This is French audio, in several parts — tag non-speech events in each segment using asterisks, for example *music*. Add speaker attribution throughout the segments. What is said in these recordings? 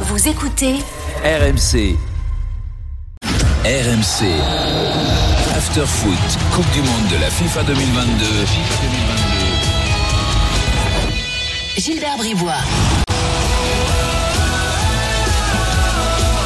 Speaker 1: Vous écoutez
Speaker 2: RMC. RMC. After Foot, Coupe du Monde de la FIFA 2022.
Speaker 1: Gilbert Bribois.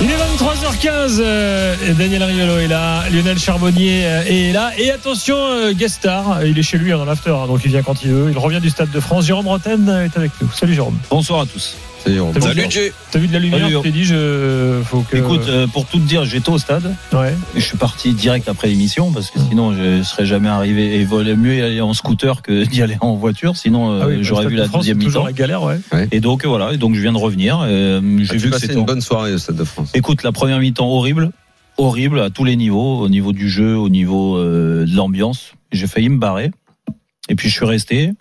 Speaker 3: Il est 23h15, euh, et Daniel Riolo est là, Lionel Charbonnier euh, est là, et attention, euh, Guestard, euh, il est chez lui hein, dans l'after, hein, donc il vient quand il veut, il revient du Stade de France, Jérôme Roten euh, est avec nous. Salut Jérôme,
Speaker 4: Bonsoir à tous.
Speaker 3: T'as vu-
Speaker 2: Salut Jay
Speaker 3: t'as vu de la lumière,
Speaker 4: Salut,
Speaker 3: je t'ai dit, je... faut que...
Speaker 4: Écoute, euh, pour tout te dire, j'étais au stade.
Speaker 3: ouais. Ah
Speaker 4: et Je suis parti direct après l'émission parce que
Speaker 3: Hmm.
Speaker 4: sinon je serais jamais arrivé. Et il valait mieux y aller en scooter que d'y aller en voiture. Sinon euh,
Speaker 3: Ah oui, le
Speaker 4: j'aurais
Speaker 3: Stade
Speaker 4: vu
Speaker 3: de
Speaker 4: la
Speaker 3: France,
Speaker 4: deuxième
Speaker 3: c'est toujours
Speaker 4: mi-temps.
Speaker 3: la Ah, galère, ouais.
Speaker 4: Et donc euh, voilà. Et donc je viens de revenir. euh, J'ai
Speaker 5: As-tu
Speaker 4: vu que
Speaker 5: passé
Speaker 4: c'était.
Speaker 5: une
Speaker 4: en-
Speaker 5: bonne soirée au Stade de France.
Speaker 4: Écoute, la première mi-temps horrible, horrible à tous les niveaux, au niveau du jeu, au niveau euh, de l'ambiance. J'ai failli me barrer. Et puis je suis resté.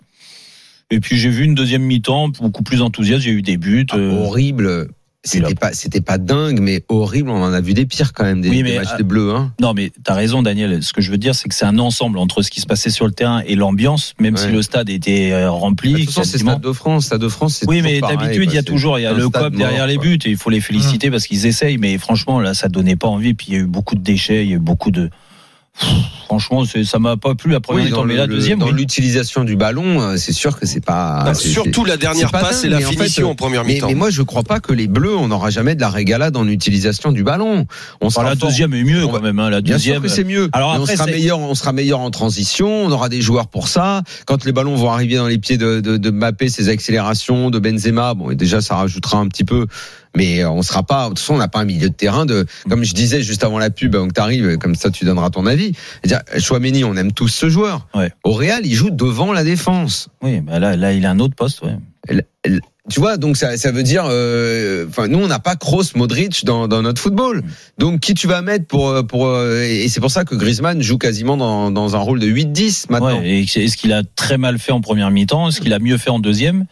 Speaker 4: Et puis j'ai vu une deuxième mi-temps beaucoup plus enthousiaste. J'ai eu des buts.
Speaker 3: Ah,
Speaker 4: euh,
Speaker 5: Ah, horrible. C'était
Speaker 4: il a-
Speaker 5: pas, c'était pas dingue, mais horrible. On en a vu des pires quand même, des,
Speaker 4: Oui,
Speaker 5: des
Speaker 4: mais,
Speaker 5: matchs
Speaker 4: ah,
Speaker 5: des Bleus. Hein.
Speaker 4: Non, mais t'as raison, Daniel. Ce que je veux dire, c'est que c'est un ensemble entre ce qui se passait sur le terrain et l'ambiance, même
Speaker 5: Ouais. Bah,
Speaker 4: si le stade était euh,
Speaker 5: De
Speaker 4: rempli.
Speaker 5: toute façon, c'est
Speaker 4: quasiment.
Speaker 5: Stade de France. Stade de France, c'est
Speaker 4: Oui,
Speaker 5: toujours
Speaker 4: mais
Speaker 5: pareil,
Speaker 4: d'habitude,
Speaker 5: quoi.
Speaker 4: il y a
Speaker 5: C'est
Speaker 4: toujours, il y a
Speaker 5: un
Speaker 4: le
Speaker 5: stade
Speaker 4: cop derrière
Speaker 5: mort,
Speaker 4: les
Speaker 5: quoi. Mmh.
Speaker 4: buts et il faut les féliciter parce qu'ils essayent, mais franchement, là, ça donnait pas envie. Puis il y a eu beaucoup de déchets, il y a eu beaucoup de. Pff, Franchement, c'est- ça m'a pas plu la première
Speaker 5: Oui,
Speaker 4: mi-temps,
Speaker 5: dans
Speaker 4: mais
Speaker 5: le-
Speaker 4: la
Speaker 5: le-
Speaker 4: deuxième.
Speaker 5: dans
Speaker 4: oui.
Speaker 5: l'utilisation du ballon, euh, c'est sûr que c'est pas.
Speaker 6: Non,
Speaker 5: c'est-
Speaker 6: surtout la dernière
Speaker 5: c'est pas
Speaker 6: passe
Speaker 5: dingue,
Speaker 6: et la
Speaker 5: mais en fait,
Speaker 6: finition
Speaker 5: euh,
Speaker 6: en première
Speaker 5: Mais,
Speaker 6: mi-temps.
Speaker 5: mais moi, je crois pas que les Bleus, on n'aura jamais de la régalade en utilisation du ballon. On
Speaker 4: Enfin,
Speaker 5: sera
Speaker 4: la
Speaker 5: fort.
Speaker 4: deuxième est mieux
Speaker 5: On va-
Speaker 4: quand même. hein, la
Speaker 5: bah, Bien sûr
Speaker 4: deuxième.
Speaker 5: que c'est mieux.
Speaker 4: Alors
Speaker 5: Mais
Speaker 4: après,
Speaker 5: on sera
Speaker 4: c'est-
Speaker 5: meilleur, on sera meilleur en transition. On aura des joueurs pour ça. Quand les ballons vont arriver dans les pieds de, de, de Mbappé, ses accélérations, de Benzema, bon, et déjà ça rajoutera un petit peu. Mais euh, on sera pas. De toute façon, on n'a pas un milieu de terrain de. Comme je disais juste avant la pub, donc t'arrives, comme ça tu donneras ton avis. C'est-à-dire, Chouameni, on aime tous ce joueur.
Speaker 4: Ouais.
Speaker 5: Au Real, il joue devant la défense.
Speaker 4: Oui, bah là, là, il a un autre poste. ouais.
Speaker 5: Tu vois, donc ça, ça veut dire, euh, enfin, nous on n'a pas Kroos, Modric dans, dans notre
Speaker 4: Mm.
Speaker 5: football. Donc qui tu vas mettre pour euh, pour euh, et c'est pour ça que Griezmann joue quasiment dans, dans un rôle de 8-10 maintenant.
Speaker 4: Ouais, et est-ce qu'il a très mal fait en première mi-temps Est-ce qu'il a mieux fait en deuxième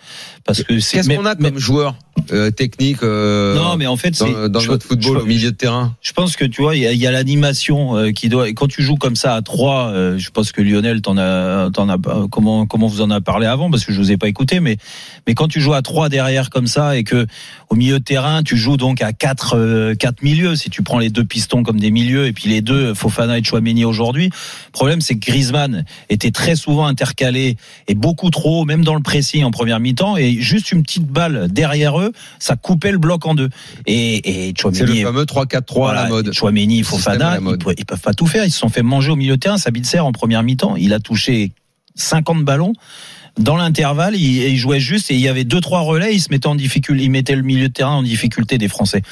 Speaker 4: Parce que c'est.
Speaker 5: Qu'est-ce
Speaker 4: mais-
Speaker 5: qu'on a comme
Speaker 4: mais-
Speaker 5: joueur euh, technique euh,
Speaker 4: Non, mais en fait,
Speaker 5: dans,
Speaker 4: c'est-
Speaker 5: dans
Speaker 4: je-
Speaker 5: notre football
Speaker 4: je-
Speaker 5: au milieu de terrain
Speaker 4: Je pense que tu vois, il y a, il y a l'animation euh, qui doit. et Quand tu joues comme ça à 3 je pense que Lionel t'en a, t'en a, pas- comment, comment vous en a parlé avant parce que je vous ai pas écouté, mais mais quand tu joues à 3 derrière comme ça et que au milieu de terrain tu joues donc à 4 quatre milieux, si tu prends les deux pistons comme des milieux et puis les deux Fofana et Chouameni aujourd'hui, le problème c'est que Griezmann était très souvent intercalé et beaucoup trop haut, même dans le pressing en première mi-temps et juste une petite balle derrière eux, ça coupait le bloc en deux et, et
Speaker 5: C'est le
Speaker 4: Chouameni est
Speaker 5: fameux 3-4-3 à la
Speaker 4: voilà,
Speaker 5: mode.
Speaker 4: Chouameni,
Speaker 5: Le système à
Speaker 4: Fofana,
Speaker 5: la
Speaker 4: ils,
Speaker 5: mode.
Speaker 4: pou- ils peuvent pas tout faire. Ils se sont fait manger au milieu de terrain. Sabitzer en première mi-temps, il a touché 50 ballons. Dans l'intervalle, il, il jouait juste et il y avait deux trois relais. Il se mettait en difficulté, il mettait le milieu de terrain en difficulté des Français.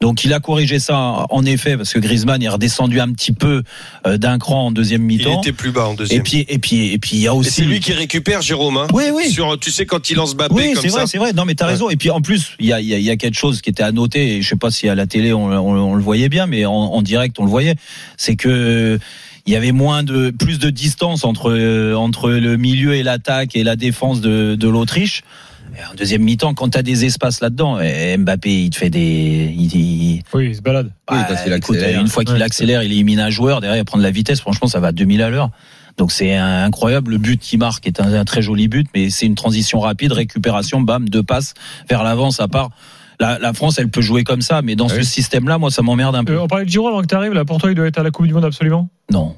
Speaker 4: Donc il a corrigé ça en effet parce que Griezmann est redescendu un petit peu euh, d'un cran en deuxième
Speaker 6: il
Speaker 4: mi-temps.
Speaker 6: était plus bas en
Speaker 4: Et
Speaker 6: deuxième.
Speaker 4: puis et puis et puis il y a
Speaker 6: Et
Speaker 4: aussi.
Speaker 6: c'est lui qui récupère Jérôme. hein.
Speaker 4: Oui oui.
Speaker 6: Sur, tu sais, quand il lance Mbappé
Speaker 4: Oui,
Speaker 6: comme
Speaker 4: c'est vrai,
Speaker 6: ça.
Speaker 4: c'est vrai. Non, mais t'as
Speaker 6: Ouais.
Speaker 4: raison. Et puis en plus, il y a, il y a- il y a quelque chose qui était à noter. Et je sais pas si à la télé on, on- on le voyait bien, mais en, en direct on le voyait. C'est que il y avait moins de plus de distance entre euh, entre le milieu et l'attaque et la défense de, de l'Autriche. Et En deuxième mi-temps, quand t'as des espaces là-dedans, eh, Mbappé, il te fait des. il- il-
Speaker 3: Oui, il se balade.
Speaker 5: Oui,
Speaker 4: bah,
Speaker 5: quand il
Speaker 4: écoute,
Speaker 5: accélère.
Speaker 4: une fois qu'il
Speaker 3: Ouais.
Speaker 4: accélère, il élimine un joueur. Derrière, il prend de la vitesse. Franchement, ça va à 2000 à l'heure. Donc c'est un- incroyable. Le but qui marque est un, un très joli but, mais c'est une transition rapide, récupération, bam, deux passes vers l'avant, ça part. La, la France, elle peut jouer comme ça, mais dans
Speaker 5: Ah
Speaker 4: ce
Speaker 5: oui.
Speaker 4: système-là, moi, ça m'emmerde un peu.
Speaker 3: Euh, on parlait de Giroud avant que t'arrives, là, pour toi, il doit être à la Coupe du Monde absolument
Speaker 4: Non.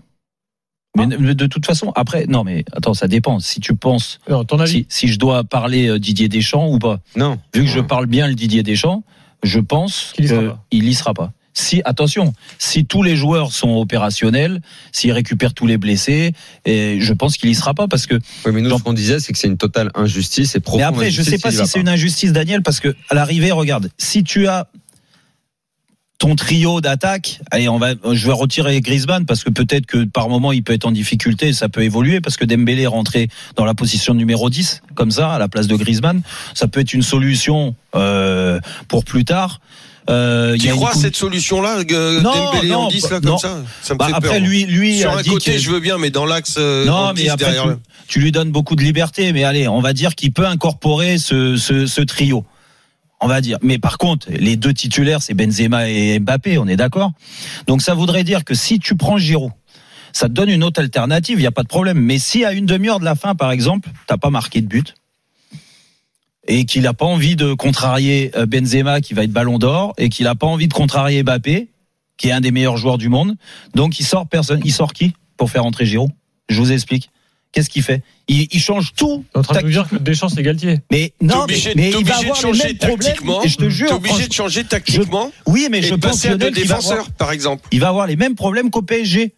Speaker 4: Mais
Speaker 3: Ah.
Speaker 4: ne- mais de toute façon, après, non, mais attends, ça dépend. Si tu penses,
Speaker 3: Non, ton avis
Speaker 4: si, si je dois parler euh, Didier Deschamps ou pas.
Speaker 5: Non.
Speaker 4: Vu que je parle bien le Didier Deschamps, je pense
Speaker 3: Qu'il y sera
Speaker 4: que
Speaker 3: pas.
Speaker 4: il y sera pas. Si attention, si tous les joueurs sont opérationnels, s'ils récupèrent tous les blessés, et je pense qu'il y sera pas parce que.
Speaker 5: Oui, mais nous,
Speaker 4: Jean-
Speaker 5: ce qu'on disait, c'est que c'est une totale injustice et profonde.
Speaker 4: Mais après, je
Speaker 5: injustice
Speaker 4: sais pas
Speaker 5: s'il
Speaker 4: si
Speaker 5: va
Speaker 4: c'est une injustice, Daniel, parce que à l'arrivée, regarde, si tu as ton trio d'attaque, allez, on va, je vais retirer Griezmann parce que peut-être que par moment il peut être en difficulté, ça peut évoluer parce que Dembélé est rentré dans la position numéro 10 comme ça à la place de Griezmann, ça peut être une solution euh, pour plus tard. Euh, il y a
Speaker 6: Tu
Speaker 4: une
Speaker 6: crois à
Speaker 4: coupe-
Speaker 6: cette solution-là, euh,
Speaker 4: Non,
Speaker 6: Dembélé en
Speaker 4: non,
Speaker 6: 10
Speaker 4: bah,
Speaker 6: là,
Speaker 4: non.
Speaker 6: comme ça Ça me
Speaker 4: Bah,
Speaker 6: fait
Speaker 4: après
Speaker 6: peur.
Speaker 4: lui, lui
Speaker 6: Sur
Speaker 4: a
Speaker 6: un
Speaker 4: dit
Speaker 6: côté,
Speaker 4: que-
Speaker 6: je veux bien, mais dans l'axe euh,
Speaker 4: non,
Speaker 6: en
Speaker 4: mais
Speaker 6: 10
Speaker 4: après,
Speaker 6: derrière.
Speaker 4: tu,
Speaker 6: le-
Speaker 4: tu lui donnes beaucoup de liberté, mais allez, on va dire qu'il peut incorporer ce, ce, ce trio. On va dire. Mais par contre, les deux titulaires, c'est Benzema et Mbappé, on est d'accord Donc ça voudrait dire que si tu prends Giroud, ça te donne une autre alternative, il n'y a pas de problème. Mais si à une demi-heure de la fin, par exemple, t'as pas marqué de but, et qu'il n'a pas envie de contrarier euh, Benzema qui va être Ballon d'Or et qu'il n'a pas envie de contrarier Mbappé qui est un des meilleurs joueurs du monde. Donc il sort personne, il sort qui pour faire entrer Giroud Je vous explique. Qu'est-ce qu'il fait il, il change tout.
Speaker 3: T'es en train de nous
Speaker 4: tactique.
Speaker 3: dire que Deschamps c'est Galtier.
Speaker 4: Mais non, mais,
Speaker 6: obligé,
Speaker 4: mais
Speaker 6: t'es
Speaker 4: il va
Speaker 6: obligé de
Speaker 4: avoir les
Speaker 6: changer
Speaker 4: mêmes problèmes.
Speaker 6: tactiquement.
Speaker 4: Et je te
Speaker 6: T'es
Speaker 4: jure,
Speaker 6: obligé de
Speaker 4: franchement-
Speaker 6: changer tactiquement
Speaker 4: oui, mais
Speaker 6: et
Speaker 4: je
Speaker 6: de
Speaker 4: pense
Speaker 6: passer à deux
Speaker 4: Lionel, qu'il va avoir-
Speaker 6: défenseurs, par exemple.
Speaker 4: il va avoir les mêmes problèmes qu'au PSG.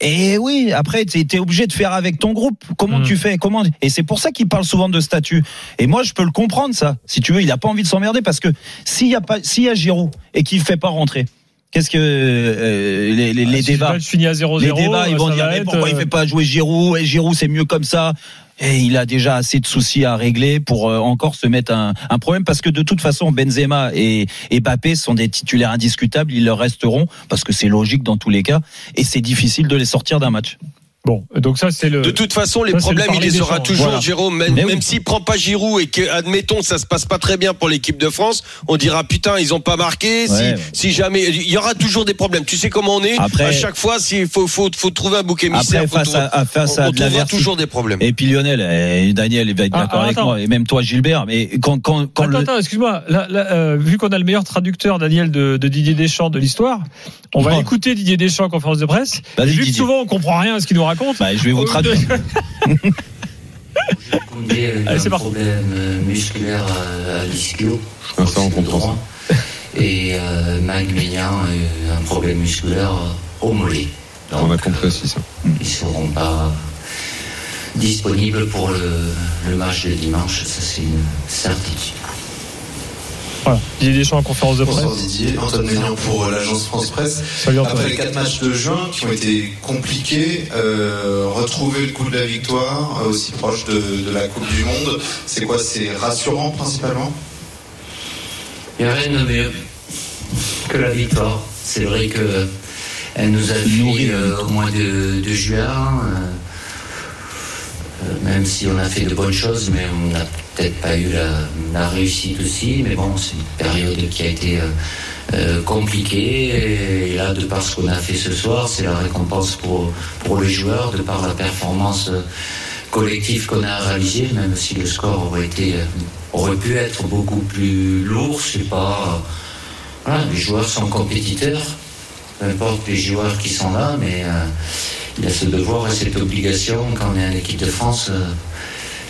Speaker 4: Et oui, après, tu es obligé de faire avec ton groupe. Comment
Speaker 3: Mm.
Speaker 4: tu fais Comment Et c'est pour ça qu'il parle souvent de statut. Et moi, je peux le comprendre, ça. Si tu veux, il n'a pas envie de s'emmerder parce que s'il y a pas, s'il y a Giroud et qu'il ne fait pas rentrer, qu'est-ce que euh, les, les- les
Speaker 3: Ah, Si
Speaker 4: débats
Speaker 3: le match finit à 0-0.
Speaker 4: Les débats, ils vont
Speaker 3: ça
Speaker 4: dire
Speaker 3: va
Speaker 4: mais
Speaker 3: être,
Speaker 4: pourquoi il
Speaker 3: euh,
Speaker 4: fait pas jouer Giroud Et Giroud, c'est mieux comme ça. Et il a déjà assez de soucis à régler pour euh, encore se mettre un, un problème parce que de toute façon Benzema et, et Mbappé sont des titulaires indiscutables, ils leur resteront parce que c'est logique dans tous les cas et c'est difficile de les sortir d'un match.
Speaker 3: Bon, donc ça c'est le.
Speaker 6: De toute façon, les
Speaker 3: Ça, c'est
Speaker 6: problèmes,
Speaker 3: le
Speaker 6: il
Speaker 3: parler
Speaker 6: les
Speaker 3: des
Speaker 6: aura
Speaker 3: gens,
Speaker 6: toujours,
Speaker 4: voilà.
Speaker 6: Jérôme. Même,
Speaker 4: Mais oui.
Speaker 6: même s'il prend pas Giroud et que, admettons, ça se passe pas très bien pour l'équipe de France, on dira putain, ils ont pas marqué. si,
Speaker 4: Ouais.
Speaker 6: si jamais, il y aura toujours des problèmes. Tu sais comment on est.
Speaker 4: Après-
Speaker 6: à chaque fois, s'il faut, faut, faut trouver un bouc émissaire.
Speaker 4: Après
Speaker 6: faut
Speaker 4: face à,
Speaker 6: trouver-
Speaker 4: à- face à
Speaker 6: on, on
Speaker 4: de la
Speaker 6: trouvera
Speaker 4: vertu-
Speaker 6: toujours des problèmes.
Speaker 4: Et puis Lionel et Daniel il va être
Speaker 3: Ah,
Speaker 4: d'accord
Speaker 3: ah,
Speaker 4: avec
Speaker 3: attends.
Speaker 4: moi et même toi Gilbert mais quand quand quand
Speaker 3: Attends,
Speaker 4: le-
Speaker 3: attends, excuse-moi. Là, là, euh, vu qu'on a le meilleur traducteur, Daniel, de, de Didier Deschamps de l'histoire, on va
Speaker 4: Oh.
Speaker 3: écouter Didier Deschamps en conférence de presse.
Speaker 4: Vas-y,
Speaker 3: Vu que
Speaker 4: Didier.
Speaker 3: souvent on comprend rien à ce qu'il nous raconte.
Speaker 4: Bah, je vais vous
Speaker 3: euh,
Speaker 4: traduire.
Speaker 7: Condé a eu
Speaker 3: Allez, c'est
Speaker 7: un
Speaker 3: parti.
Speaker 7: problème euh, musculaire euh, à, à l'ischio. Je
Speaker 5: Ah,
Speaker 7: crois
Speaker 5: ça,
Speaker 7: que
Speaker 5: on
Speaker 7: c'est
Speaker 5: comprend
Speaker 7: droit. Et euh, Mike Maignan a eu un problème musculaire euh, au mollet.
Speaker 5: On a
Speaker 7: Donc,
Speaker 5: compris
Speaker 4: *laughs*
Speaker 5: aussi ça.
Speaker 7: euh, ils seront pas disponibles pour le, le match de dimanche, ça c'est une certitude.
Speaker 3: Voilà, Didier Deschamps en conférence de
Speaker 8: Bonsoir
Speaker 3: presse.
Speaker 8: Didier, Antoine Maignan pour euh, l'agence France Presse.
Speaker 3: Salut
Speaker 4: Ah,
Speaker 8: Après
Speaker 3: Antoine.
Speaker 8: les quatre matchs de juin qui ont été compliqués, euh, retrouver le coup de la victoire euh, aussi proche de, de la Coupe du Monde, c'est quoi C'est rassurant principalement
Speaker 7: Il n'y a rien de mieux que la victoire. C'est vrai que euh, elle nous a fui euh, au mois de, de juin, euh, euh, même si on a fait de bonnes choses, mais on n'a peut-être pas eu la, la réussite aussi. Mais bon, c'est une période qui a été euh, euh, compliquée. Et là, de par ce qu'on a fait ce soir, c'est la récompense pour, pour les joueurs, de par la performance euh, collective qu'on a réalisée, même si le score aurait été euh, aurait pu être beaucoup plus lourd, c'est pas. Voilà, les joueurs sont compétiteurs, peu importe les joueurs qui sont là, mais euh, il y a ce devoir et cette obligation quand on est en équipe de France. euh,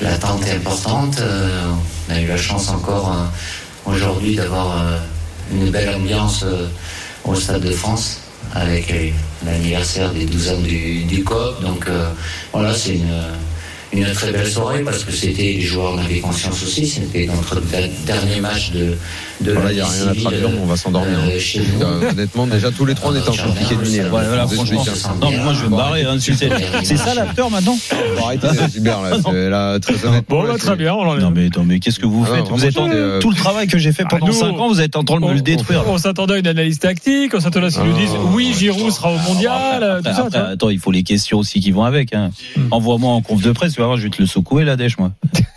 Speaker 7: L'attente est importante. euh, on a eu la chance encore euh, aujourd'hui d'avoir euh, une belle ambiance euh, au Stade de France avec euh, l'anniversaire des 12 ans du, du COP. Donc euh, voilà, c'est une, une très belle soirée parce que c'était, les joueurs en avaient conscience aussi, c'était notre da- dernier match de, de
Speaker 5: Voilà, il n'y a
Speaker 7: l'année
Speaker 5: rien à
Speaker 7: civile,
Speaker 5: traduire, on va s'endormir.
Speaker 7: euh, chez nous.
Speaker 5: Euh, Honnêtement, déjà tous les trois on est en compliqué de nez. là.
Speaker 4: Ouais, voilà,
Speaker 5: Vous êtes
Speaker 4: franchement.
Speaker 5: obligés, hein.
Speaker 4: Non, mais moi je vais me barrer. hein, c'est- c'est ça l'after maintenant
Speaker 5: Bon, Arrêtez,
Speaker 3: *laughs*
Speaker 5: c'est Gilbert, là, c'est- là, très honnêtement,
Speaker 3: Bon,
Speaker 5: là,
Speaker 3: bah,
Speaker 5: c'est-
Speaker 3: très bien, on l'enlève.
Speaker 4: Non mais attends, mais qu'est-ce que vous
Speaker 5: Ah non,
Speaker 4: faites Vous
Speaker 5: vraiment,
Speaker 4: êtes en-
Speaker 5: c'est, euh,
Speaker 4: tout le travail que j'ai fait
Speaker 3: Ah,
Speaker 4: pendant
Speaker 3: nous,
Speaker 4: 5 ans, vous êtes en train de me le détruire. là.
Speaker 3: On s'attendait à une analytique, on s'attendait à ce qu'ils nous disent
Speaker 5: Ah,
Speaker 3: oui, Giroud sera au mondial, euh,
Speaker 4: Après,
Speaker 3: tout
Speaker 4: Ah,
Speaker 3: ça.
Speaker 4: après,
Speaker 3: tu vois. Hmm.
Speaker 4: attends, il faut les questions aussi qui vont avec. hein. Envoie-moi en conf de presse, tu vas voir, je vais te le secouer la dèche, moi.
Speaker 3: *laughs*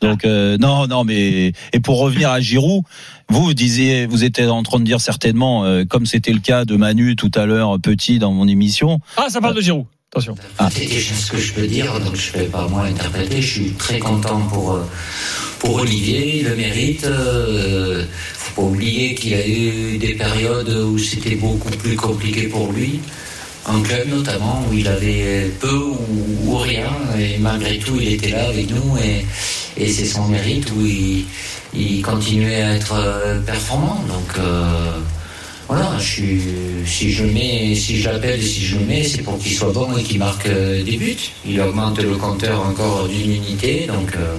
Speaker 4: Donc euh, non, non, mais et pour revenir à Giroud, vous, vous disiez, vous étiez en train de dire certainement, euh, comme c'était le cas de Manu tout à l'heure, petit dans mon émission.
Speaker 3: Ah, ça parle de Giroud. Attention.
Speaker 4: Ah.
Speaker 7: C'est déjà ce que je peux dire, donc je ne vais pas moi interpréter. Je suis très content pour, euh, pour Olivier, il le mérite. euh, faut pas oublier qu'il a eu des périodes où c'était beaucoup plus compliqué pour lui, en club notamment, où il avait peu ou, ou rien, et malgré tout il était là avec nous, et, et c'est son mérite où il, il continuait à être euh, performant. Donc. euh, voilà, je suis, si je mets, si j'appelle et si je mets, c'est pour qu'il soit bon et qu'il marque euh, des buts. Il augmente le compteur encore d'une unité, donc euh,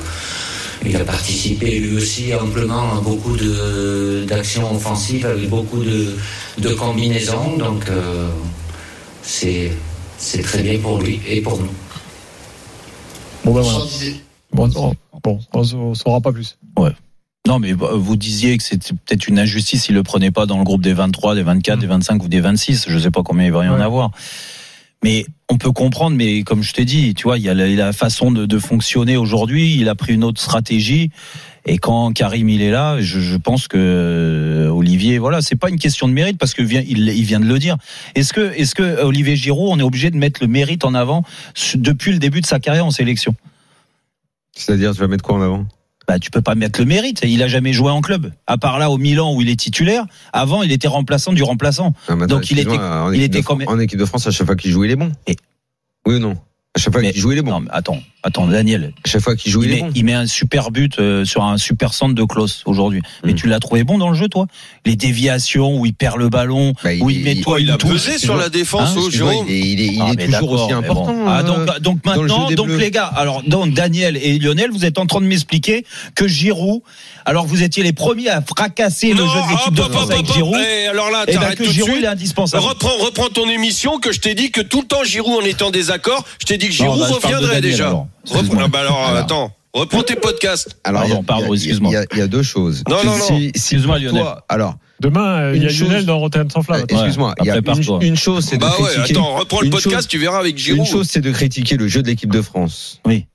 Speaker 7: il a participé lui aussi amplement à beaucoup de d'actions offensives avec beaucoup de, de combinaisons, donc euh, c'est c'est très bien pour lui et pour nous.
Speaker 3: Bon, bah voilà.
Speaker 8: Bonsoir Didier.
Speaker 3: Bon, on- bon, on s- on saura pas plus.
Speaker 4: Non, mais bah, vous disiez que c'était peut-être une injustice s'il le prenait pas dans le groupe des 23, des 24,
Speaker 3: Mm.
Speaker 4: des 25 ou des 26. Je sais pas combien il va y en
Speaker 3: Ouais.
Speaker 4: avoir. Mais on peut comprendre, mais comme je t'ai dit, tu vois, il y a la, la façon de, de fonctionner aujourd'hui. Il a pris une autre stratégie. Et quand Karim il est là, je, je pense que euh, Olivier, voilà, c'est pas une question de mérite parce que vient, il, il vient de le dire. Est-ce que, est-ce que Olivier Giroud, on est obligé de mettre le mérite en avant su- depuis le début de sa carrière en sélection
Speaker 5: C'est-à-dire, tu vas mettre quoi en avant
Speaker 4: bah, tu peux pas mettre le mérite. Il a jamais joué en club. À part là, au Milan où il est titulaire. Avant, il était remplaçant du remplaçant.
Speaker 5: Non, mais attends,
Speaker 4: Donc, il était,
Speaker 5: excuse-moi, en
Speaker 4: il
Speaker 5: équipe de
Speaker 4: était
Speaker 5: Fran-
Speaker 4: comme.
Speaker 5: En équipe de France, à chaque fois qu'il joue, il est bon.
Speaker 4: Et-
Speaker 5: Oui ou non À chaque fois
Speaker 4: Mais-
Speaker 5: qu'il joue, il est bon.
Speaker 4: Non, mais attends, attends, Daniel.
Speaker 5: À chaque fois qu'il joue,
Speaker 4: Il
Speaker 5: il est
Speaker 4: met,
Speaker 5: bon.
Speaker 4: il met un super but euh, sur un super centre de Klaus aujourd'hui. Mais
Speaker 6: Hmm.
Speaker 5: Mm.
Speaker 4: tu l'as trouvé bon dans le jeu, toi Les déviations où il perd le ballon,
Speaker 5: Bah, il-
Speaker 4: où il met
Speaker 5: il-
Speaker 4: toi,
Speaker 6: il a
Speaker 4: touche,
Speaker 6: pesé sur la
Speaker 4: Hein,
Speaker 6: défense au
Speaker 5: Excuse-moi,
Speaker 6: Jérôme.
Speaker 5: Il est, il est- il
Speaker 4: Ah,
Speaker 5: est
Speaker 4: mais
Speaker 5: toujours
Speaker 4: d'accord,
Speaker 5: aussi
Speaker 4: mais bon.
Speaker 5: important.
Speaker 4: Ah,
Speaker 5: euh,
Speaker 4: donc, donc
Speaker 5: dans le jeu
Speaker 4: maintenant,
Speaker 5: des
Speaker 4: donc
Speaker 5: Bleus.
Speaker 4: les gars, alors donc Daniel et Lionel, vous êtes en train de m'expliquer que Giroud, alors vous étiez les premiers à fracasser le jeu de l'équipe de
Speaker 6: hop, hop,
Speaker 4: France
Speaker 6: hop,
Speaker 4: avec
Speaker 6: hop.
Speaker 4: Giroud,
Speaker 6: Eh, alors là,
Speaker 4: et bien
Speaker 6: t'arrêtes
Speaker 4: que
Speaker 6: tout de
Speaker 4: Giroud
Speaker 6: suite.
Speaker 4: il est indispensable.
Speaker 6: Reprends, reprends ton émission que je t'ai dit que tout le temps Giroud en étant en désaccord, je t'ai dit que Giroud
Speaker 4: Non, là, je parle de
Speaker 6: reviendrait
Speaker 4: Daniel,
Speaker 6: déjà.
Speaker 4: alors.
Speaker 6: Reprends,
Speaker 4: Excuse-moi.
Speaker 6: ah, bah alors,
Speaker 5: Alors.
Speaker 6: attends, reprends tes podcasts.
Speaker 5: Alors, il y a-
Speaker 4: Pardon, pardon,
Speaker 5: il y a-
Speaker 4: excuse-moi.
Speaker 5: Il y a- il y a deux choses.
Speaker 6: Non, non, non.
Speaker 5: Si- si
Speaker 4: Excuse-moi,
Speaker 5: pour
Speaker 4: Lionel.
Speaker 5: toi- Alors,
Speaker 3: Demain, euh, il y a
Speaker 5: Une chose-
Speaker 3: Lionel dans Rotten sans flamme.
Speaker 5: euh, excuse-moi.
Speaker 4: après,
Speaker 5: Il y a
Speaker 4: pars-toi.
Speaker 5: une, une chose, c'est de
Speaker 6: Bah ouais,
Speaker 5: critiquer.
Speaker 6: attends, reprends le
Speaker 5: une
Speaker 6: podcast,
Speaker 5: chose-
Speaker 6: tu verras avec Giroud.
Speaker 5: Une chose, c'est de critiquer le jeu de l'équipe de France.
Speaker 4: Oui.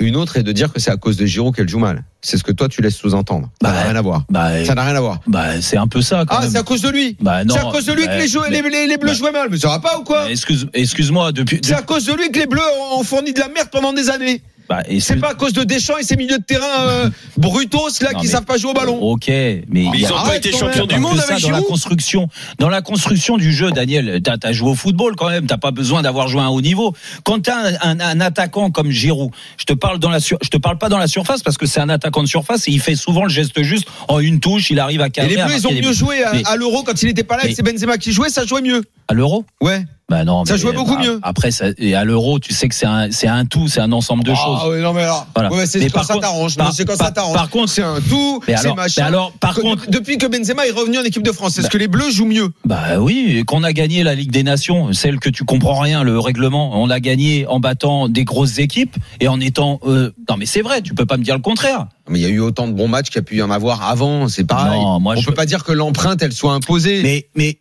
Speaker 5: Une autre est de dire que c'est à cause de Giroud qu'elle joue mal. C'est ce que toi, tu laisses sous-entendre. Ça
Speaker 4: Bah,
Speaker 5: n'a rien à voir.
Speaker 4: Bah,
Speaker 5: Ça n'a rien à voir.
Speaker 4: bah, c'est un peu ça quand
Speaker 5: Ah,
Speaker 4: même.
Speaker 5: c'est à cause de lui.
Speaker 4: Bah, non,
Speaker 5: C'est à cause de lui
Speaker 4: bah,
Speaker 5: que les, jeux-
Speaker 4: mais-
Speaker 5: les, les- les Bleus
Speaker 4: bah,
Speaker 5: jouaient mal. Mais ça va pas ou quoi
Speaker 4: bah, Excuse, excuse-moi depuis.
Speaker 5: C'est à cause de lui que les Bleus ont ont fourni de la merde pendant des années.
Speaker 4: bah,
Speaker 5: C'est
Speaker 4: excuse-
Speaker 5: pas à cause de Deschamps et ses milieux de terrain euh, brutos là
Speaker 4: Non,
Speaker 5: qui
Speaker 4: mais-
Speaker 5: savent pas jouer au ballon.
Speaker 4: Ok, mais il
Speaker 6: Mais
Speaker 4: y
Speaker 6: ils
Speaker 4: a-
Speaker 6: n'ont pas
Speaker 5: arrête
Speaker 6: été
Speaker 5: quand
Speaker 6: champions
Speaker 5: même.
Speaker 6: du
Speaker 4: Parce
Speaker 6: monde
Speaker 4: que ça,
Speaker 6: avec
Speaker 4: dans la
Speaker 6: Giroud.
Speaker 4: construction, dans la construction du jeu, Daniel, t'as as joué au football quand même, t'as pas besoin d'avoir joué à un haut niveau. Quand t'as un, un, un attaquant comme Giroud, je te parle dans la sur- je te parle pas dans la surface parce que c'est un attaquant de surface et il fait souvent le geste juste en une touche, il arrive à
Speaker 5: Et
Speaker 4: carrer.
Speaker 5: les
Speaker 4: à
Speaker 5: Bleus, ils ont
Speaker 4: marquer des
Speaker 5: mieux
Speaker 4: buts.
Speaker 5: joué à,
Speaker 4: Mais-
Speaker 5: à l'Euro quand il était pas là.
Speaker 4: Mais-
Speaker 5: et C'est Benzema qui jouait, ça jouait mieux.
Speaker 4: à l'euro.
Speaker 5: Ouais.
Speaker 4: Bah non,
Speaker 5: Ça
Speaker 4: mais-
Speaker 5: jouait beaucoup mieux.
Speaker 4: Après, ça- et à l'euro, tu sais que c'est un, c'est un tout, c'est un ensemble de choses.
Speaker 5: Ah ouais, non mais alors.
Speaker 4: Voilà.
Speaker 5: Ouais, c'est
Speaker 4: Mais
Speaker 5: quand
Speaker 4: par
Speaker 5: ça
Speaker 4: contre-
Speaker 5: t'arrange.
Speaker 4: par-
Speaker 5: non, C'est quand
Speaker 4: par-
Speaker 5: ça t'arrange.
Speaker 4: par contre-
Speaker 5: c'est un tout.
Speaker 4: Mais
Speaker 5: C'est
Speaker 4: alors,
Speaker 5: machin.
Speaker 4: mais alors, par
Speaker 5: Que-
Speaker 4: contre-
Speaker 5: depuis que Benzema est revenu en équipe de France, est-ce
Speaker 4: Bah-
Speaker 5: que les Bleus jouent mieux
Speaker 4: Bah oui, et qu'on a gagné la Ligue des Nations, celle que tu comprends rien, le règlement, on l'a gagné en battant des grosses équipes et en étant. euh, Non mais c'est vrai, tu peux pas me dire le contraire.
Speaker 5: Mais il y a eu autant de bons matchs qu'il y a pu y en avoir avant. C'est pareil.
Speaker 4: Non, moi,
Speaker 5: On
Speaker 4: je-
Speaker 5: peut pas dire que l'empreinte elle soit imposée.
Speaker 4: Mais mais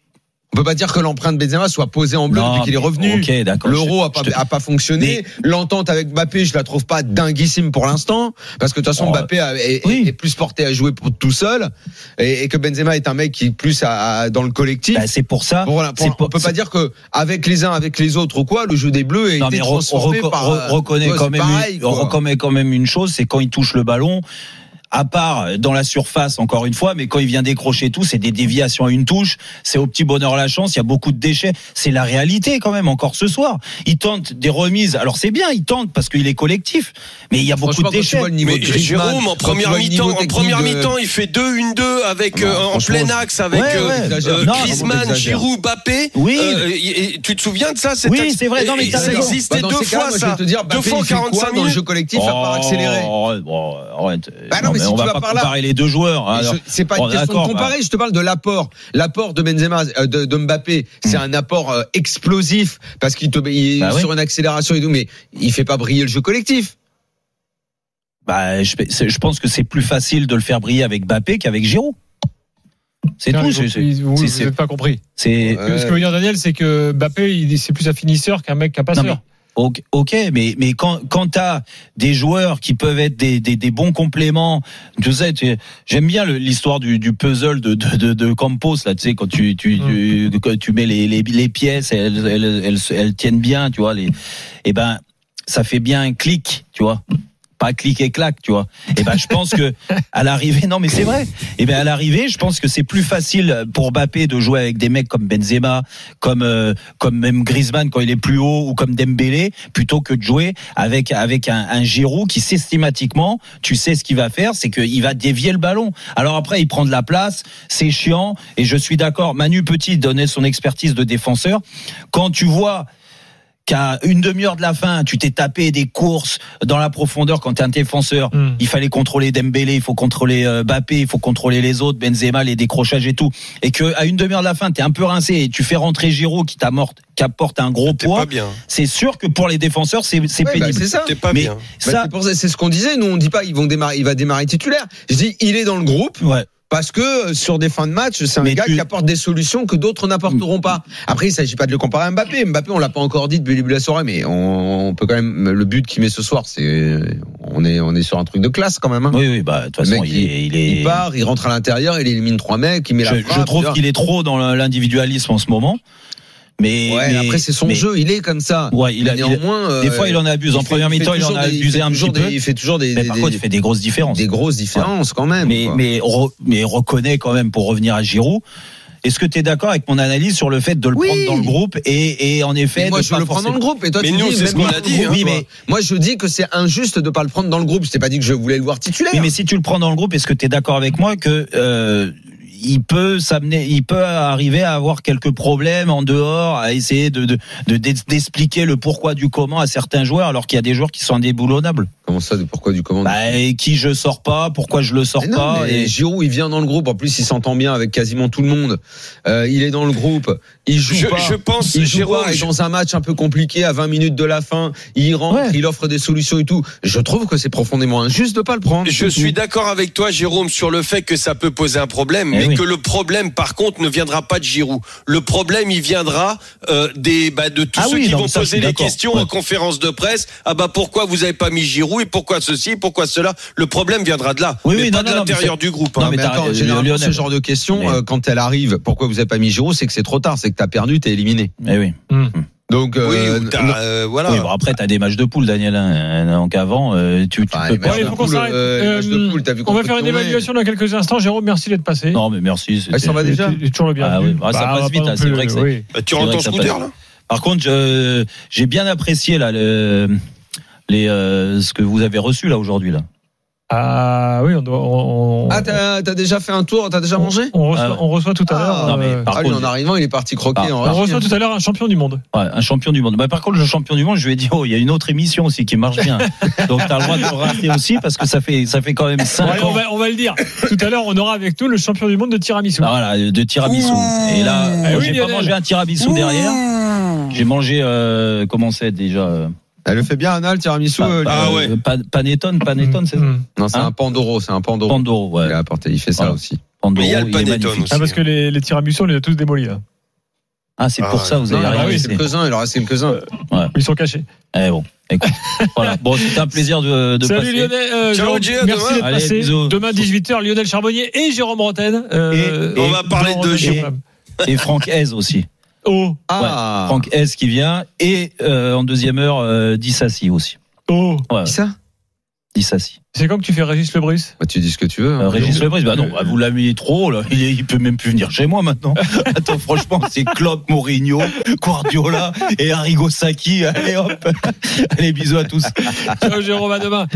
Speaker 5: On peut pas dire que l'empreinte Benzema soit posée en bleu
Speaker 4: Non,
Speaker 5: depuis qu'il est
Speaker 4: mais-
Speaker 5: revenu.
Speaker 4: ok, d'accord.
Speaker 5: L'euro
Speaker 4: Je-
Speaker 5: a pas,
Speaker 4: je te-
Speaker 5: a pas fonctionné. L'entente avec Mbappé, je la trouve pas dinguissime pour l'instant, parce que de toute façon
Speaker 4: Oh,
Speaker 5: Mbappé a- est,
Speaker 4: oui.
Speaker 5: est plus porté à jouer pour tout seul, et, et que Benzema est un mec qui est plus à- à- dans le collectif.
Speaker 4: bah, c'est pour ça.
Speaker 5: Bon, voilà, pour-
Speaker 4: c'est
Speaker 5: on peut pas
Speaker 4: c'est-
Speaker 5: dire que avec les uns, avec les autres ou quoi, le jeu des Bleus est
Speaker 4: Non mais re- on,
Speaker 5: transformé
Speaker 4: reco-
Speaker 5: par. euh,
Speaker 4: re- reconnaît
Speaker 5: Ouais,
Speaker 4: quand
Speaker 5: c'est
Speaker 4: même,
Speaker 5: pareil,
Speaker 4: une, on
Speaker 5: quoi.
Speaker 4: reconnaît quand même une chose, c'est quand il touche le ballon. À part dans la surface, encore une fois, mais quand il vient décrocher tout, c'est des déviations à une touche, c'est au petit bonheur la chance, il y a beaucoup de déchets, c'est la réalité quand même, encore ce soir. Il tente des remises, alors c'est bien, il tente parce qu'il est collectif, mais il y a beaucoup de
Speaker 5: Franchement, quand tu
Speaker 4: déchets.
Speaker 5: vois le niveau
Speaker 6: Mais
Speaker 5: de Griezmann,
Speaker 6: Jérôme, en
Speaker 5: quand tu vois
Speaker 6: première
Speaker 5: le niveau
Speaker 6: mi-temps, en
Speaker 5: technique
Speaker 6: première
Speaker 5: de-
Speaker 6: mi-temps, il fait 2-1-2 avec
Speaker 5: Non,
Speaker 6: euh, en
Speaker 5: franchement,
Speaker 6: plein axe avec
Speaker 4: Ouais,
Speaker 6: euh,
Speaker 4: ouais.
Speaker 5: Exagère.
Speaker 6: euh,
Speaker 5: Non, vraiment,
Speaker 6: Griezmann,
Speaker 5: t'exagères.
Speaker 6: Giroud, Mbappé.
Speaker 4: Oui.
Speaker 6: Euh, et- et tu te souviens de ça cette
Speaker 4: Oui,
Speaker 6: axe-
Speaker 4: c'est vrai. Non, mais
Speaker 6: et-
Speaker 4: t'as
Speaker 6: Ça
Speaker 4: raison.
Speaker 6: existait
Speaker 5: Bah, dans
Speaker 6: deux
Speaker 5: ces cas-là,
Speaker 6: fois
Speaker 5: moi, je
Speaker 6: ça.
Speaker 5: vais te dire,
Speaker 6: Deux
Speaker 5: Mbappé,
Speaker 6: fois
Speaker 5: il fait quoi
Speaker 6: 45
Speaker 5: dans le
Speaker 6: minutes.
Speaker 5: jeu collectif à part accélérer.
Speaker 4: Oh, arrête, bon, arrête.
Speaker 5: Bah non, mais si
Speaker 4: on
Speaker 5: tu
Speaker 4: va
Speaker 5: vas
Speaker 4: pas
Speaker 5: par là-
Speaker 4: comparer les deux joueurs. hein,
Speaker 5: Mais
Speaker 4: alors.
Speaker 5: je- C'est pas
Speaker 4: Bon,
Speaker 5: une question
Speaker 4: d'accord, bah.
Speaker 5: de comparer, je te parle de l'apport. L'apport de Benzema, euh, de, de Mbappé, c'est un apport euh, explosif parce qu'il te il-
Speaker 4: Hmm. Bah oui.
Speaker 5: sur une accélération et tout, mais il fait pas briller le jeu collectif.
Speaker 4: Bah, je, c'est- je pense que c'est plus facile de le faire briller avec Mbappé qu'avec Giroud. C'est
Speaker 3: Tiens,
Speaker 4: tout.
Speaker 3: ils ont-
Speaker 4: c'est- c'est-
Speaker 3: ils- vous
Speaker 4: c'est-
Speaker 3: n'avez
Speaker 4: c'est-
Speaker 3: pas compris.
Speaker 4: C'est
Speaker 5: Ouais.
Speaker 3: Ce que veut dire Daniel, c'est que Mbappé, il- c'est plus un finisseur qu'un mec, qu'un
Speaker 4: non
Speaker 3: passeur.
Speaker 4: mais ok, ok, mais mais quand quand t'as des joueurs qui peuvent être des des, des bons compléments, tu sais, tu- j'aime bien le- l'histoire du, du puzzle de, de de de Campos là, tu sais quand tu tu tu, quand tu mets les les, les pièces, elles, elles elles se- elles tiennent bien, tu vois les, et ben ça fait bien un clic, tu vois. Pas clic et clac, tu vois. Et ben, je pense que à l'arrivée, non mais c'est vrai. Et ben à l'arrivée, je pense que c'est plus facile pour Mbappé de jouer avec des mecs comme Benzema, comme euh, comme même Griezmann quand il est plus haut ou comme Dembélé, plutôt que de jouer avec avec un, un Giroud qui systématiquement, tu sais ce qu'il va faire, c'est qu'il va dévier le ballon. Alors après, il prend de la place, c'est chiant. Et je suis d'accord. Manu Petit donnait son expertise de défenseur. Quand tu vois qu'à une demi-heure de la fin, tu t'es tapé des courses dans la profondeur quand t'es un défenseur.
Speaker 3: Mm.
Speaker 4: Il fallait contrôler Dembélé, il faut contrôler euh, Mbappé, il faut contrôler les autres, Benzema, les décrochages et tout. Et que à une demi-heure de la fin, t'es un peu rincé et tu fais rentrer Giroud qui t'amorte, qui apporte un gros
Speaker 6: T'es pas
Speaker 4: poids.
Speaker 6: bien.
Speaker 4: C'est sûr que pour les défenseurs, c'est c'est
Speaker 5: Ouais, bah,
Speaker 4: pénible.
Speaker 5: c'est ça.
Speaker 6: T'es pas
Speaker 4: Mais
Speaker 6: bien.
Speaker 5: Bah,
Speaker 4: ça,
Speaker 5: c'est pour ça- c'est ce qu'on disait. Nous, on dit pas, ils vont démarrer, il va démarrer titulaire. Je dis, il est dans le groupe.
Speaker 4: ouais.
Speaker 5: Parce que euh, sur des fins de match, c'est un
Speaker 4: Mais
Speaker 5: gars
Speaker 4: tu-
Speaker 5: qui apporte des solutions que d'autres n'apporteront pas. Après, il s'agit pas de le comparer à Mbappé. Mbappé, on l'a pas encore dit depuis le début de la soirée, mais on, on peut quand même le but qu'il met ce soir, c'est on est on est sur un truc de classe quand même. hein.
Speaker 4: Oui, oui, bah de toute
Speaker 5: Le
Speaker 4: façon,
Speaker 5: mec,
Speaker 4: il, est, il est.
Speaker 5: il part, il rentre à l'intérieur, il élimine trois mecs, il met
Speaker 4: je,
Speaker 5: la
Speaker 4: je
Speaker 5: frappe.
Speaker 4: trouve qu'il est trop dans l'individualisme en ce moment. Mais,
Speaker 5: Ouais,
Speaker 4: mais-
Speaker 5: après c'est son
Speaker 4: mais-
Speaker 5: jeu, il est comme ça.
Speaker 4: Ouais, il a-
Speaker 5: Mais néanmoins,
Speaker 4: Des
Speaker 5: euh,
Speaker 4: fois, il en abuse. En
Speaker 5: fait-
Speaker 4: première
Speaker 5: fait
Speaker 4: mi-temps, il en
Speaker 5: toujours
Speaker 4: a
Speaker 5: des-
Speaker 4: abusé
Speaker 5: fait
Speaker 4: un petit
Speaker 5: toujours
Speaker 4: peu.
Speaker 5: des- Il fait toujours des,
Speaker 4: Mais
Speaker 5: des-
Speaker 4: par contre,
Speaker 5: des-
Speaker 4: il fait des grosses différences.
Speaker 5: des grosses différences quand même.
Speaker 4: mais,
Speaker 5: quoi.
Speaker 4: mais, re- mais reconnaît quand même, pour revenir à Giroud, est-ce que tu es d'accord avec mon analyse sur le fait de le
Speaker 5: Oui.
Speaker 4: prendre dans le groupe et, et en effet.
Speaker 5: Mais moi
Speaker 4: de
Speaker 5: je
Speaker 4: pas
Speaker 5: le prends dans
Speaker 4: forcément-
Speaker 5: le groupe et toi
Speaker 6: Mais
Speaker 5: tu
Speaker 6: nous,
Speaker 5: dis
Speaker 6: c'est
Speaker 5: même
Speaker 6: ce qu'on
Speaker 5: dans
Speaker 6: a
Speaker 5: le
Speaker 6: dit,
Speaker 5: groupe,
Speaker 4: hein. Oui,
Speaker 5: quoi.
Speaker 4: mais-
Speaker 5: moi je dis que c'est injuste de pas le prendre dans le groupe. Je t'ai pas dit que je voulais le voir titulaire.
Speaker 4: Oui, mais si tu le prends dans le groupe, est-ce que tu es d'accord avec moi que euh, il peut s'amener, il peut arriver à avoir quelques problèmes en dehors, à essayer de de- de- d'expliquer le pourquoi du comment à certains joueurs, alors qu'il y a des joueurs qui sont indéboulonnables.
Speaker 5: Comment ça de pourquoi du comment
Speaker 4: Bah, et qui je sors pas, pourquoi je le sors
Speaker 5: Mais non,
Speaker 4: pas
Speaker 5: mais
Speaker 4: et-
Speaker 5: Giroud, il vient dans le groupe. En plus, il s'entend bien avec quasiment tout le monde. Euh, il est dans le groupe. Il joue
Speaker 6: Je,
Speaker 5: pas.
Speaker 6: je pense,
Speaker 5: Il joue
Speaker 6: Jérôme,
Speaker 5: pas, et
Speaker 6: je-
Speaker 5: dans un match un peu compliqué à 20 minutes de la fin, il rentre,
Speaker 4: Ouais.
Speaker 5: il offre des solutions et tout. Je trouve que c'est profondément injuste de pas le prendre. c'est
Speaker 6: je suis
Speaker 5: tout.
Speaker 6: d'accord avec toi, Jérôme, sur le fait que ça peut poser un problème,
Speaker 4: Eh
Speaker 6: mais
Speaker 4: oui.
Speaker 6: que le problème, par contre, ne viendra pas de Giroud. Le problème, il viendra euh, des bah, de tous
Speaker 4: Ah
Speaker 6: ceux
Speaker 4: oui,
Speaker 6: qui
Speaker 4: non,
Speaker 6: vont
Speaker 4: mais ça, je suis
Speaker 6: poser les
Speaker 4: d'accord.
Speaker 6: questions
Speaker 4: Ouais.
Speaker 6: en conférence de presse. Ah bah pourquoi vous avez pas mis Giroud et pourquoi ceci, pourquoi cela. Le problème viendra de là,
Speaker 4: Oui,
Speaker 6: mais
Speaker 4: oui,
Speaker 6: pas
Speaker 4: non,
Speaker 6: de
Speaker 4: non, non, mais
Speaker 6: l'intérieur du groupe. hein.
Speaker 4: Non, mais
Speaker 5: Mais
Speaker 4: t'as-
Speaker 5: attends,
Speaker 4: euh,
Speaker 5: généralement,
Speaker 4: Lionel.
Speaker 5: ce genre de question,
Speaker 4: Mais-
Speaker 5: euh, quand elle arrive, pourquoi vous avez pas mis Giroud, c'est que c'est trop tard, c'est que t'as perdu, t'es éliminé.
Speaker 4: Eh oui.
Speaker 5: Donc,
Speaker 6: Oui,
Speaker 5: euh,
Speaker 6: ou t'as,
Speaker 5: non.
Speaker 6: euh, voilà.
Speaker 4: Oui, bon, après, t'as des matchs de poule, Daniel. hein. Donc avant, euh, tu, tu
Speaker 5: Enfin,
Speaker 4: peux
Speaker 5: les
Speaker 4: pas.
Speaker 5: matchs
Speaker 3: Ouais, il
Speaker 5: de
Speaker 3: faut qu'on
Speaker 5: poule,
Speaker 3: s'arrête.
Speaker 5: euh, les matchs de
Speaker 3: Euh,
Speaker 5: poule, t'as vu
Speaker 3: On va
Speaker 5: contre
Speaker 3: faire une
Speaker 5: Toulon.
Speaker 3: évaluation dans quelques instants. Jérôme, merci d'être passé.
Speaker 4: Non, mais merci. c'était-
Speaker 5: Ah, ça va
Speaker 3: Il est-
Speaker 5: déjà
Speaker 3: il est toujours le bienvenu.
Speaker 4: Ah oui, ah, ça
Speaker 3: Bah,
Speaker 4: passe
Speaker 3: on va
Speaker 4: vite,
Speaker 3: pas
Speaker 4: hein,
Speaker 3: non
Speaker 4: c'est
Speaker 3: plus,
Speaker 4: vrai que c'est-
Speaker 3: oui.
Speaker 6: Bah,
Speaker 4: C'est
Speaker 6: tu
Speaker 4: vrai
Speaker 6: entends
Speaker 4: que ça
Speaker 6: Scooter
Speaker 4: passe.
Speaker 6: là
Speaker 4: Par contre, je- j'ai bien apprécié là le, les euh, ce que vous avez reçu là aujourd'hui là.
Speaker 3: Ah oui, on doit. on- on-
Speaker 5: Ah, t'as t'as déjà fait un tour, t'as déjà mangé
Speaker 3: on reçoit,
Speaker 4: Ah ouais.
Speaker 3: on reçoit tout à l'heure.
Speaker 4: non, mais
Speaker 3: euh,
Speaker 4: par
Speaker 5: Ah, lui,
Speaker 4: contre-
Speaker 5: en arrivant, il est parti croquer
Speaker 4: Ah,
Speaker 5: en
Speaker 3: on
Speaker 5: Russie,
Speaker 3: reçoit
Speaker 5: hein.
Speaker 3: tout à l'heure un champion du monde.
Speaker 4: Ouais, un champion du monde. Bah, par contre, le champion du monde, je lui ai dit oh, il y a une autre émission aussi qui marche
Speaker 6: *laughs*
Speaker 4: bien. Donc t'as le droit de le rater aussi parce que ça fait ça fait quand même
Speaker 3: Ouais,
Speaker 4: 5
Speaker 3: on,
Speaker 4: ans.
Speaker 3: va, on va le dire. Tout à l'heure, on aura avec nous le champion du monde de tiramisu.
Speaker 4: Ah, voilà, de tiramisu.
Speaker 6: Ouh.
Speaker 4: Et là,
Speaker 3: Eh oui,
Speaker 4: j'ai pas
Speaker 3: Lionel.
Speaker 4: mangé un tiramisu derrière. J'ai mangé euh, comment c'est déjà euh,
Speaker 5: Elle le fait bien, Anna, le tiramisu.
Speaker 4: pa-
Speaker 5: euh,
Speaker 6: Ah
Speaker 4: pa-
Speaker 6: ouais.
Speaker 4: pa- panettone, panettone, c'est ça
Speaker 3: Mm.
Speaker 5: Non, c'est
Speaker 4: Hein
Speaker 5: un Pandoro, c'est un Pandoro.
Speaker 4: Pandoro, ouais.
Speaker 5: Il a apporté, il fait ça
Speaker 4: Voilà.
Speaker 5: aussi.
Speaker 4: Pandoro,
Speaker 6: Mais il y a le
Speaker 4: est
Speaker 6: panettone
Speaker 4: magnifique.
Speaker 6: aussi.
Speaker 3: Ah, parce que les, les tiramisu, on les a tous démolis. hein. Là.
Speaker 4: Ah, c'est pour
Speaker 6: Ah,
Speaker 4: ça vous
Speaker 5: Non,
Speaker 4: avez
Speaker 5: il en
Speaker 4: rien
Speaker 5: reste
Speaker 4: laissé.
Speaker 5: quelques-uns, il en reste quelques-uns.
Speaker 3: Ils sont cachés.
Speaker 4: Eh bon, écoute. voilà. Bon, c'était un plaisir de,
Speaker 6: *laughs*
Speaker 4: de
Speaker 3: Salut
Speaker 4: passer.
Speaker 3: Lionel. euh,
Speaker 6: Ciao,
Speaker 3: Jérôme,
Speaker 6: Dieu, à
Speaker 3: merci
Speaker 6: demain.
Speaker 3: d'être
Speaker 4: Allez,
Speaker 3: passé.
Speaker 4: bisous.
Speaker 3: Demain, 18h, Lionel Charbonnier et Jérôme Rotten. euh,
Speaker 4: Et- et-
Speaker 6: on va parler
Speaker 3: dans
Speaker 6: de
Speaker 3: Rotten
Speaker 4: Giro.
Speaker 3: Showtime.
Speaker 4: Et Franck Hez aussi.
Speaker 3: Oh,
Speaker 5: Ah,
Speaker 4: Franck Hez qui vient. Et euh, en deuxième heure, Dissassi aussi.
Speaker 3: oh.
Speaker 4: Ouais,
Speaker 5: qui ça
Speaker 4: Dissassi.
Speaker 3: C'est quand que tu fais Régis Lebris
Speaker 5: Bah, Tu dis ce que tu veux.
Speaker 4: Euh,
Speaker 5: hein.
Speaker 4: Régis
Speaker 5: Donc,
Speaker 4: Lebris, bah non, bah, vous l'avez trop, là. Il, est- il peut même plus venir chez moi maintenant. Attends, franchement, c'est Klopp, Mourinho, Guardiola et Arrigo Sacchi. Allez hop. Allez, bisous à tous. Ah. *laughs*
Speaker 3: Ciao Jérôme, à demain.